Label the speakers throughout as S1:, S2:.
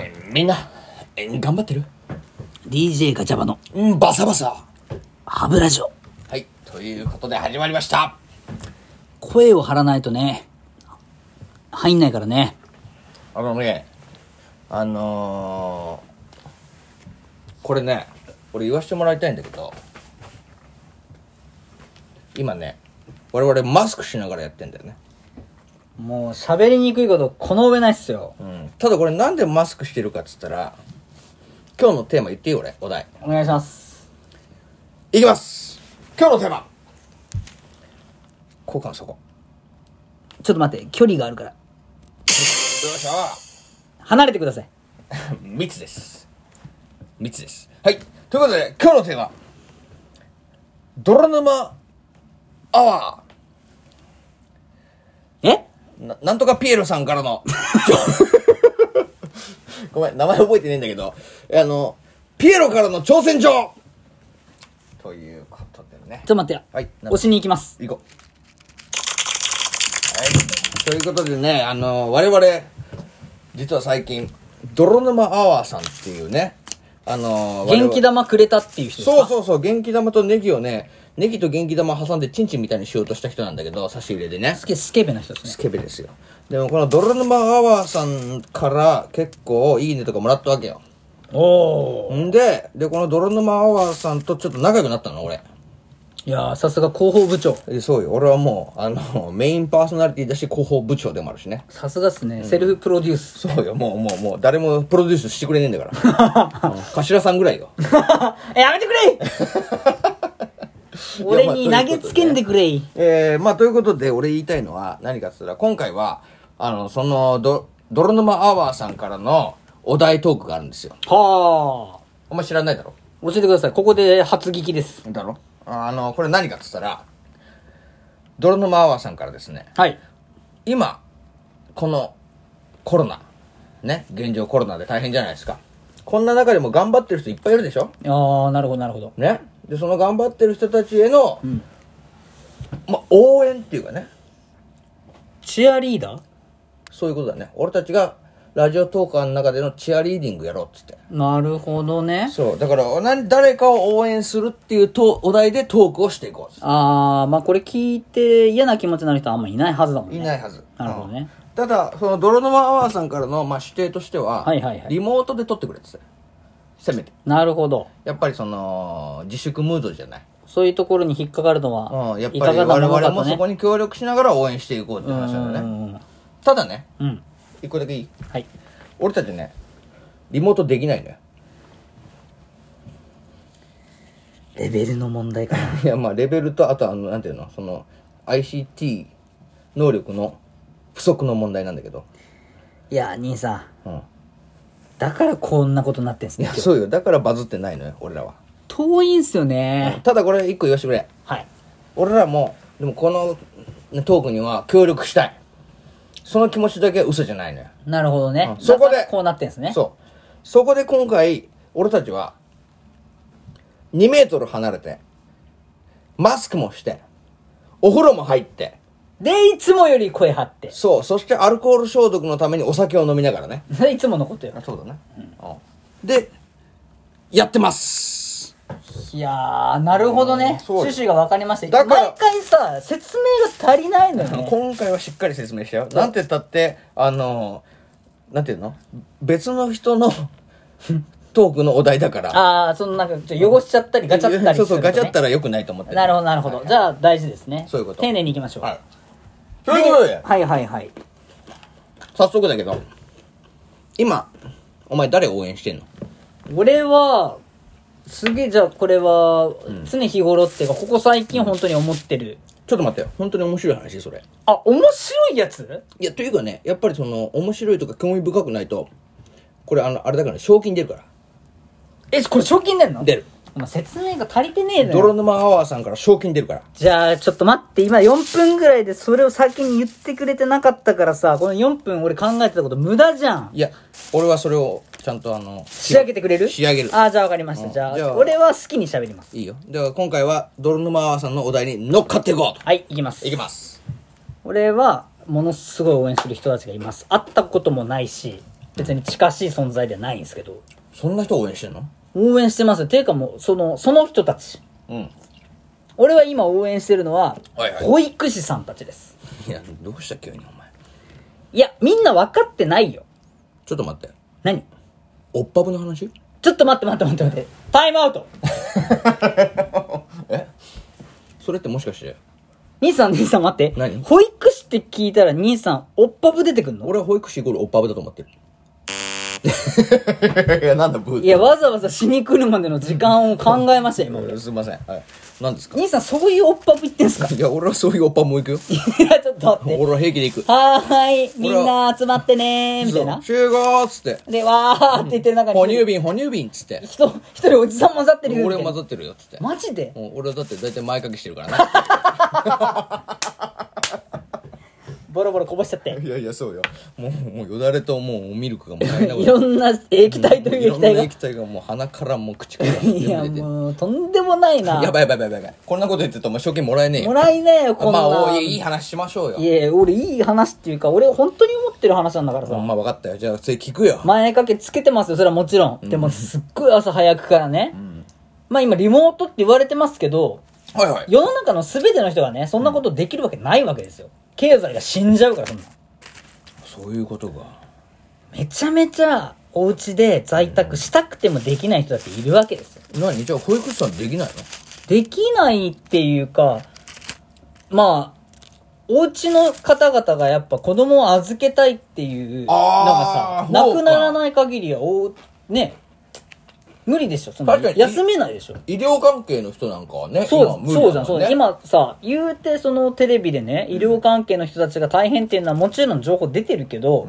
S1: えーみんな、えー頑張ってる
S2: DJ ガチャバの
S1: うん、バサバサ。
S2: ハブラジオ。
S1: はい、ということで始まりました。
S2: 声を張らないとね、入んないからね。
S1: あのね、あのー、これね、俺言わせてもらいたいんだけど、今ね、我々マスクしながらやってんだよね。
S2: もう喋りにくいことこの上ないっすよ。
S1: うん。ただこれなんでマスクしてるかっつったら、今日のテーマ言っていい俺、お題。
S2: お願いします。
S1: いきます今日のテーマ交換そこ。
S2: ちょっと待って、距離があるから。
S1: よいしょ
S2: 離れてください。
S1: 密です密ですはいということで今日のテーマ泥沼アワ
S2: え
S1: ーななんとかピエロさんからの ごめん名前覚えてねえんだけどあのピエロからの挑戦状ということでね
S2: ちょっと待って、
S1: はい
S2: 押しに行きます。
S1: 行こうはいということでねあの我々実は最近泥沼アワーさんっていうねあの我々
S2: 元気玉くれたっていう人ですか
S1: そうそうそう、元気玉とネギをね、ネギと元気玉挟んでチンチンみたいにしようとした人なんだけど、差し入れでね
S2: ス。ケ、スケベな人ですね
S1: ス。ケベですよ。でもこの泥沼アワーさんから結構いいねとかもらったわけよ。
S2: おー。
S1: んで、で、この泥沼アワーさんとちょっと仲良くなったの、俺。
S2: いやー、さすが広報部長。
S1: えそうよ、俺はもう、あの、メインパーソナリティだし、広報部長でもあるしね。
S2: さすがっすね、セルフプロデュース。
S1: そうよ、もう、もう、もう、誰もプロデュースしてくれねえんだ から。うん頭さんぐらいよ。
S2: え、やめてくれ 俺に投げつけんでくれい。
S1: えー、まあということで俺言いたいのは何かっつったら今回はあのそのど泥沼アワーさんからのお題トークがあるんですよ
S2: はあ。
S1: お前知らないだろ
S2: 教えてください。ここで初聞きです。
S1: だろあのこれ何かっつったら泥沼アワーさんからですね
S2: はい。
S1: 今このコロナね現状コロナで大変じゃないですかこんな中でも頑張ってる人いっぱいいるでしょ
S2: ああ、なるほど、なるほど。
S1: ねでその頑張ってる人たちへの、まあ応援っていうかね
S2: チアリーダー
S1: そういうことだね。俺たちがラジオトーカーの中でのチアリーディングやろうっつって。
S2: なるほどね。
S1: そう。だから、な誰かを応援するっていうとお題でトークをしていこ
S2: ああ、まあこれ聞いて嫌な気持ちになる人はあんまいないはずだもん
S1: う。
S2: ね。
S1: いないはず。
S2: なるほどね。
S1: うんただ、その泥沼アワーさんからの、まあ、指定としては、
S2: はいはいはい
S1: リモートで撮ってくれって言ってたせめて。
S2: なるほど。
S1: やっぱりその、自粛ムードじゃない。
S2: そういうところに引っかかるのは、
S1: うん。やっ
S2: い
S1: ぱ
S2: か
S1: り
S2: がな
S1: 我
S2: もの
S1: 々
S2: か
S1: も
S2: と
S1: そ
S2: ね。
S1: こに協力しながら応援していこうって話なんだ
S2: う
S1: ね。
S2: ん。
S1: ただね、
S2: うん。
S1: 一個だけいい
S2: はい。
S1: 俺たちね、リモートできないのよ。
S2: レベルの問題かな。
S1: いやまあレベルとあとあのなんていうのその ICT 能力の不足の問題なんだけど、
S2: いや、兄さん。
S1: うん、
S2: だからこんなことになってんす
S1: い
S2: ね
S1: や。そうよだからバズってないのよ俺らは
S2: 遠いんすよね。
S1: ただこれ一個言わせてくれ
S2: はい。
S1: 俺らもでもこのねトークには協力したいその気持ちだけは嘘じゃないのよ
S2: なるほどね
S1: う。んそこで
S2: だからこうなってんすね。
S1: そうそこで今回俺たちは2メートル離れてマスクもしてお風呂も入って
S2: で、いつもより声張って。
S1: そうそしてアルコール消毒のためにお酒を飲みながらね
S2: でいつものことよ。
S1: あそうだね、うんでやってます
S2: いやー、なるほどね。
S1: そう
S2: 趣旨が分かりました。
S1: だから
S2: 毎回さ、説明が足りないのよね。
S1: 今回はしっかり説明したよなんて言ったってあのーなんていうの別の人 のトークのお題だから
S2: あー、そのなんか、ちょっと汚しちゃったり、ガチャったりする、ね。
S1: そうそうガチャったらよくないと思って
S2: なるほど、なるほど。じゃあ、大事ですね。
S1: そういうこと
S2: 丁寧に行きましょう。
S1: はいということで
S2: はいはいはい。
S1: 早速だけど今お前誰応援してんの
S2: 俺は、すげえ、じゃあこれは、常日頃っていうか、ここ最近本当に思ってる。
S1: ちょっと待って本当に面白い話それ
S2: あ、面白いやつ
S1: いやというかねやっぱりその面白いとか興味深くないとこれあのあれだから賞金出るから
S2: え、これ賞金出んの
S1: 出る。
S2: お前説明が足りてねえの
S1: 泥
S2: よ。
S1: 沼アワーさんから賞金出るから
S2: じゃあ、ちょっと待って、今4分ぐらいでそれを先に言ってくれてなかったからさ、この4分俺考えてたこと無駄じゃん。
S1: いや、俺はそれをちゃんとあの、
S2: 仕上げてくれる
S1: 仕上げる。
S2: ああ、じゃあわかりました。じゃ
S1: じゃあ
S2: あ、俺は好きに喋ります。
S1: いいよ。では今回は、泥沼アワーさんのお題に乗っかっていこう
S2: はい、いきます。
S1: と。いきます。
S2: 俺は、ものすごい応援する人たちがいます。会ったこともないし、別に近しい存在ではないんですけど、
S1: そんな人応援してんの
S2: 応援してますよ。ていうかもう、その、その人たち。
S1: うん。
S2: 俺は今応援してるのは
S1: はいは、い
S2: 保育士さんたちです。
S1: いや、どうした急にお前。
S2: いや、みんな分かってないよ。
S1: ちょっと待って。
S2: 何
S1: おっぱぶの話
S2: ちょっと待って待って待って待って。タイムアウト
S1: それってもしかして、
S2: 兄さん、兄さん待って。
S1: 何
S2: 保育士って聞いたら兄さん、おっぱぶ出てくんの
S1: 俺は保育士イコールおっぱぶだと思ってる。 いや、なんだブー
S2: いや、わざわざしに来るまでの時間を考えましたよ、今俺。
S1: すいません。はい。何ですか
S2: 兄さん、そういうおっぱぶ言ってんすか
S1: いや、俺はそういうおっぱぶも行くよ。
S2: いや、ちょっと待って。
S1: 俺は平気で行く。
S2: はーい、みんな集まってねー、みたいな
S1: そう。集合っつって。
S2: で、わーって言ってる中に、
S1: 哺乳瓶、哺乳瓶っつって。
S2: 人、一人おじさん混ざってるよ。
S1: 俺も混
S2: ざ
S1: ざってるよっつって。
S2: マジで
S1: うん俺はだって大体前掛けしてるからな。
S2: ボロボロこぼしちゃって。
S1: いやいや、そうよ。もう、もうよだれともうミルクがもうないな
S2: いろんな 液体という
S1: いろ
S2: 液
S1: んな
S2: 体が。い
S1: 液体がもう鼻からもう口からもう
S2: や、
S1: 出て
S2: もう、とんでもないな。
S1: やばいやばいやばいやばい。こんなこと言ってるとお前賞金もらえねえよ。
S2: もらいなよ、こん
S1: まあ、お
S2: ない
S1: いい話しましょうよ。
S2: いや、俺いい話っていうか、俺本当に思ってる話なんだから
S1: ほん
S2: さ。
S1: ま分かったよ。じゃあ、それ聞くよ。
S2: 前掛けつけてますよ、それはもちろん。でも、すっごい朝早くからね。まあ今、リモートって言われてますけど、
S1: はいはい。
S2: 世の中の全ての人がね、そんなことできるわけないわけですよ。経済が死んじゃうから、そんな。
S1: そういうことが。
S2: めちゃめちゃ、お家で在宅したくてもできない人だっているわけですよ。
S1: 何じゃあ、保育士さんできない
S2: できないっていうか、まあ、お家の方々がやっぱ子供を預けたいっていう、なん
S1: あー
S2: かさ、な
S1: そうか
S2: くならない限りは、お、ね、無理でしょ、その
S1: 確かに
S2: 休めないでしょ。
S1: の医療関係の人なんかはね、
S2: そう
S1: 今
S2: じゃん、
S1: 無理
S2: そうじゃ
S1: だ
S2: ん、
S1: も
S2: そ
S1: ん
S2: うじ
S1: ね
S2: ゃん。今さ、言うてそのテレビでね、医療関係の人たちが大変っていうのはもちろん情報出てるけど、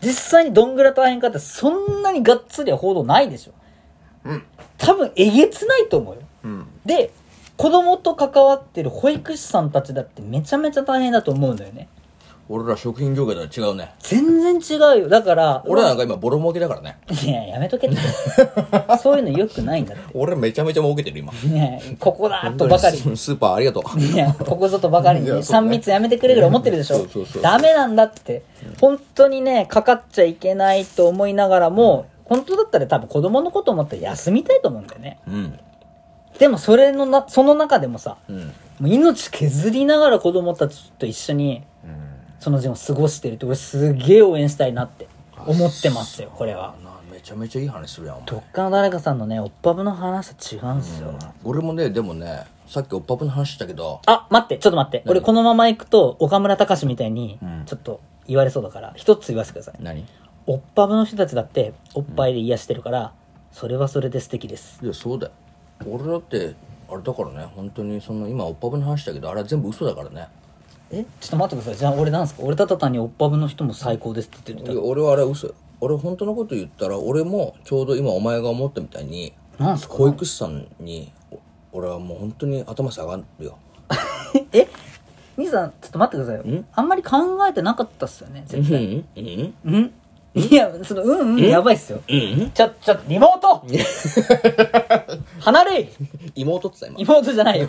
S2: 実際にどんぐらい大変かってそんなにがっつりは報道ないでしょ。多分えげつないと思うよ。
S1: うん。
S2: で子供と関わってる保育士さんたちだってめちゃめちゃ大変だと思うんだよね
S1: 俺ら食品業界とは違うね。
S2: 全然違うよだから
S1: 俺らなんか今、ボロ儲けだからね。
S2: いややめとけって そういうのよくないんだって
S1: 俺めちゃめちゃ儲けてる、今。
S2: ねえここだとばかり
S1: 本当にススーパーありがとう。
S2: いやここぞとばかりに、
S1: いや
S2: ね、
S1: そう
S2: 3
S1: ね
S2: 密やめてくれぐらい思ってるでしょ
S1: そうそうそう
S2: ダメなんだって本当にねかかっちゃいけないと思いながらも本当だったら多分子供のこと思ったら休みたいと思うんだよね
S1: うん。
S2: でもそれのなその中でもさ
S1: うん。
S2: もう命削りながら子供たちと一緒にその時間を過ごしてるって俺すげえ応援したいなって思ってますよこれは
S1: なめちゃめちゃいい話するやん、お前
S2: どっかの誰かさんのねおっぱぶの話と違うんすよ、
S1: 俺もね、でもね、さっきおっぱぶの話したけど、
S2: あ待ってちょっと待って俺このまま行くと岡村隆史みたいにちょっと言われそうだから一つ言わせてください
S1: 何い
S2: おっぱぶの人たちだっておっぱいで癒してるから、それはそれで素敵です
S1: や、そうだよ。俺だって、あれだからね、本当にその、今おっぱぶの話だけど、あれは全部嘘だからね。
S2: えちょっと待ってくださいじゃあ俺なんですか俺ただ単におっぱぶの人も最高ですって言って
S1: い
S2: る
S1: や俺はあれは嘘よ俺本当のこと言ったら、俺もちょうど今お前が思ったみたいに、
S2: なんすか
S1: 保育士さんに、お俺はもう本当に頭下がるよ。
S2: え兄さんちょっと待ってくださいよあんまり考えてなかったっすよね
S1: う
S2: 絶対
S1: んうん
S2: うんいやそのうんうんやばいっすよ
S1: うん
S2: ちょちょリモート離れい
S1: 妹ってさ、今。
S2: 妹じゃないよ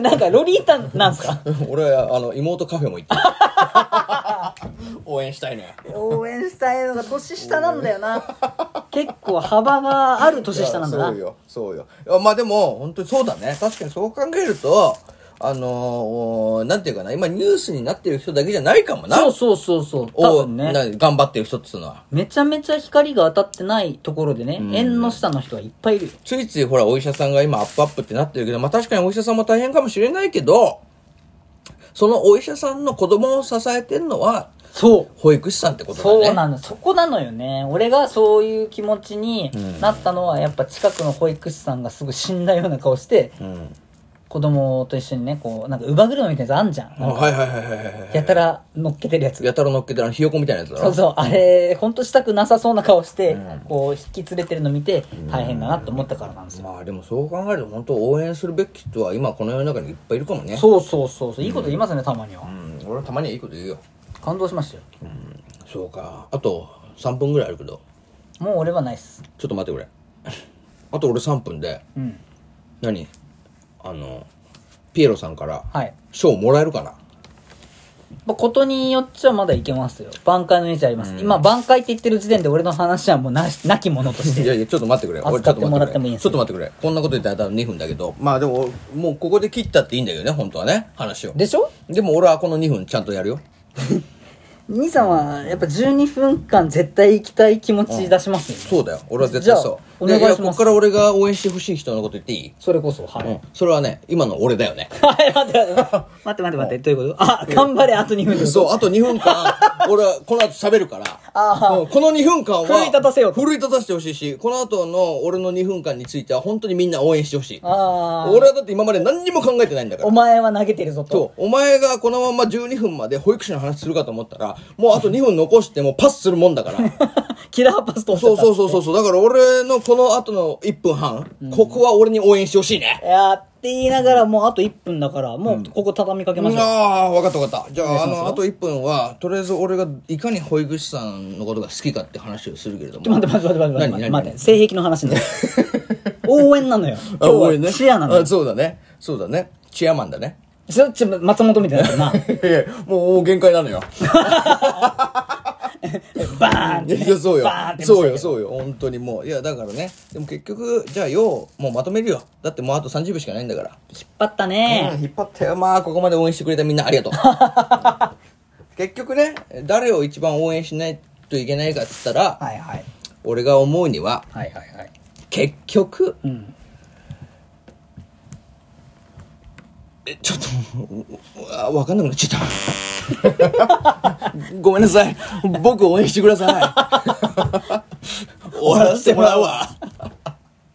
S2: なんかロリータなんすか
S1: 俺、あの、妹カフェも行ってる。 応援したいね。
S2: 応援したいのが年下なんだよな結構幅がある年下なんだ
S1: い
S2: な
S1: やそうよそうよいやまあでも本当にそうだね確かにそう考えるとあのーおー、なんていうかな今ニュースになってる人だけじゃないかもな
S2: そううそうそうそう多分ね
S1: 頑張ってる人っつうのは
S2: めちゃめちゃ光が当たってないところでね縁の下の人はいっぱいいるよ
S1: ついついほらお医者さんが今アップアップってなってるけどまあ確かにお医者さんも大変かもしれないけどそのお医者さんの子供を支えてるのは
S2: そう
S1: 保育士さんってことだね
S2: そうなの、そこなのよね。俺がそういう気持ちになったのは、やっぱ近くの保育士さんがすぐ死んだような顔して、
S1: うん
S2: 子供と一緒にね、こう、なんか乳母車みたいなやつあんじゃん。
S1: あはいはいはいはいはい
S2: やたら乗っけてるやつ。
S1: やたら乗っけてるあのひよこみたいなやつだ
S2: そう
S1: ろ
S2: そう、あれ、ほんとしたくなさそうな顔して、こう、引き連れてるの見て、大変だなと思ったからなんですよ。
S1: まあでもそう考えると本当応援するべき人は今この世の中にいっぱいいるかもね
S2: そうそうそうそう、いいこと言いますね、たまには。
S1: うん、俺はたまにはいいこと言うよ。
S2: 感動しましたよ。
S1: そうか。あと、3分ぐらいあるけど、
S2: もう俺はないっす。
S1: ちょっと待ってく れ。あと俺3分で、
S2: うん。
S1: 何あの、ピエロさんから、
S2: はい。
S1: 賞もらえるかな
S2: まあことによっちゃまだいけますよ。挽回の余地あります。
S1: うん
S2: 今、挽回って言ってる時点で俺の話はもうなし、なきものとし
S1: いや
S2: て。
S1: いや、ちょっと待ってくれ。
S2: 扱
S1: ちょっ
S2: って
S1: と
S2: もら
S1: 待っ
S2: ってて
S1: く
S2: もいいん
S1: れ。
S2: です
S1: ちょっと待ってくれ。こんなこと言ったら多分2分だけど。まあでも、もうここで切ったっていいんだけどね、本当はね、話を。
S2: でしょ
S1: でも俺はこの2分ちゃんとやるよ。
S2: 兄さんは、やっぱ12分間絶対行きたい気持ち出しますよね。
S1: そうだよ。俺は絶対そう。
S2: じゃあお願いします
S1: でやこっから俺が応援してほしい人のこと言っていい
S2: それこそ、はい。
S1: うん。それはね、今の俺だよね。
S2: はい、 待って待って。待って待って待って。どういうことあ、頑張れ、あと2分です。
S1: そう、あと2分 間、俺はこの後喋るから、
S2: あ
S1: うんこの2分間は、
S2: 奮い立たせようと
S1: 奮い立たせてほしいし、この後の俺の2分間については本当にみんな応援してほしい。
S2: あー
S1: 俺はだって今まで何にも考えてないんだから
S2: お。前は投げてるぞと。
S1: そう、お前がこのまま12分まで保育士の話するかと思ったら、もうあと2分残してもうパスするもんだから。
S2: キラーパスと
S1: そうそう
S2: う。
S1: そうそうそう。だから俺のこの後の1分半、ここは俺に応援してほしいね。
S2: いやーって言いながら、もうあと1分だから、もうここ畳みかけましょう。
S1: ああ、わかったわかった。じゃあ、あ
S2: お願いしますよ
S1: の、あと1分は、とりあえず俺がいかに保育士さんのことが好きかって話をするけれど
S2: ちょ
S1: も。
S2: 待って待って待って待って
S1: 何
S2: 待っ
S1: 何
S2: て。性癖の話 になる。応援なのよ。今
S1: あ、
S2: 日
S1: 応
S2: は
S1: 援ね。
S2: チアなのよ
S1: あ。そうだね。そうだね。チアマンだね。
S2: ちょ、ちょ、松本みたいになって
S1: いやいやもう限界な のよ。
S2: るな。バーンっ
S1: い
S2: て
S1: や
S2: ね。
S1: いや、そうよ
S2: バーンっ。て
S1: そうよ、
S2: う。
S1: そうよ。本当にもう。いや、だからね。でも結局、じゃあ、よう、もうまとめるよ。だってもうあと30秒しかないんだから。
S2: 引っ張ったね。
S1: うん、引っ張ってよ。まあ、ここまで応援してくれたみんなあり がとう。結局ね、誰を一番応援しないといけないかって言ったら、
S2: はいはい。
S1: 俺が思うには、
S2: はいはいはい。
S1: 結局、
S2: うん。
S1: えちょっと、わわかんなくなっちゃった。 ごめんなさい。僕を応援してください。終わらせてもらうわ。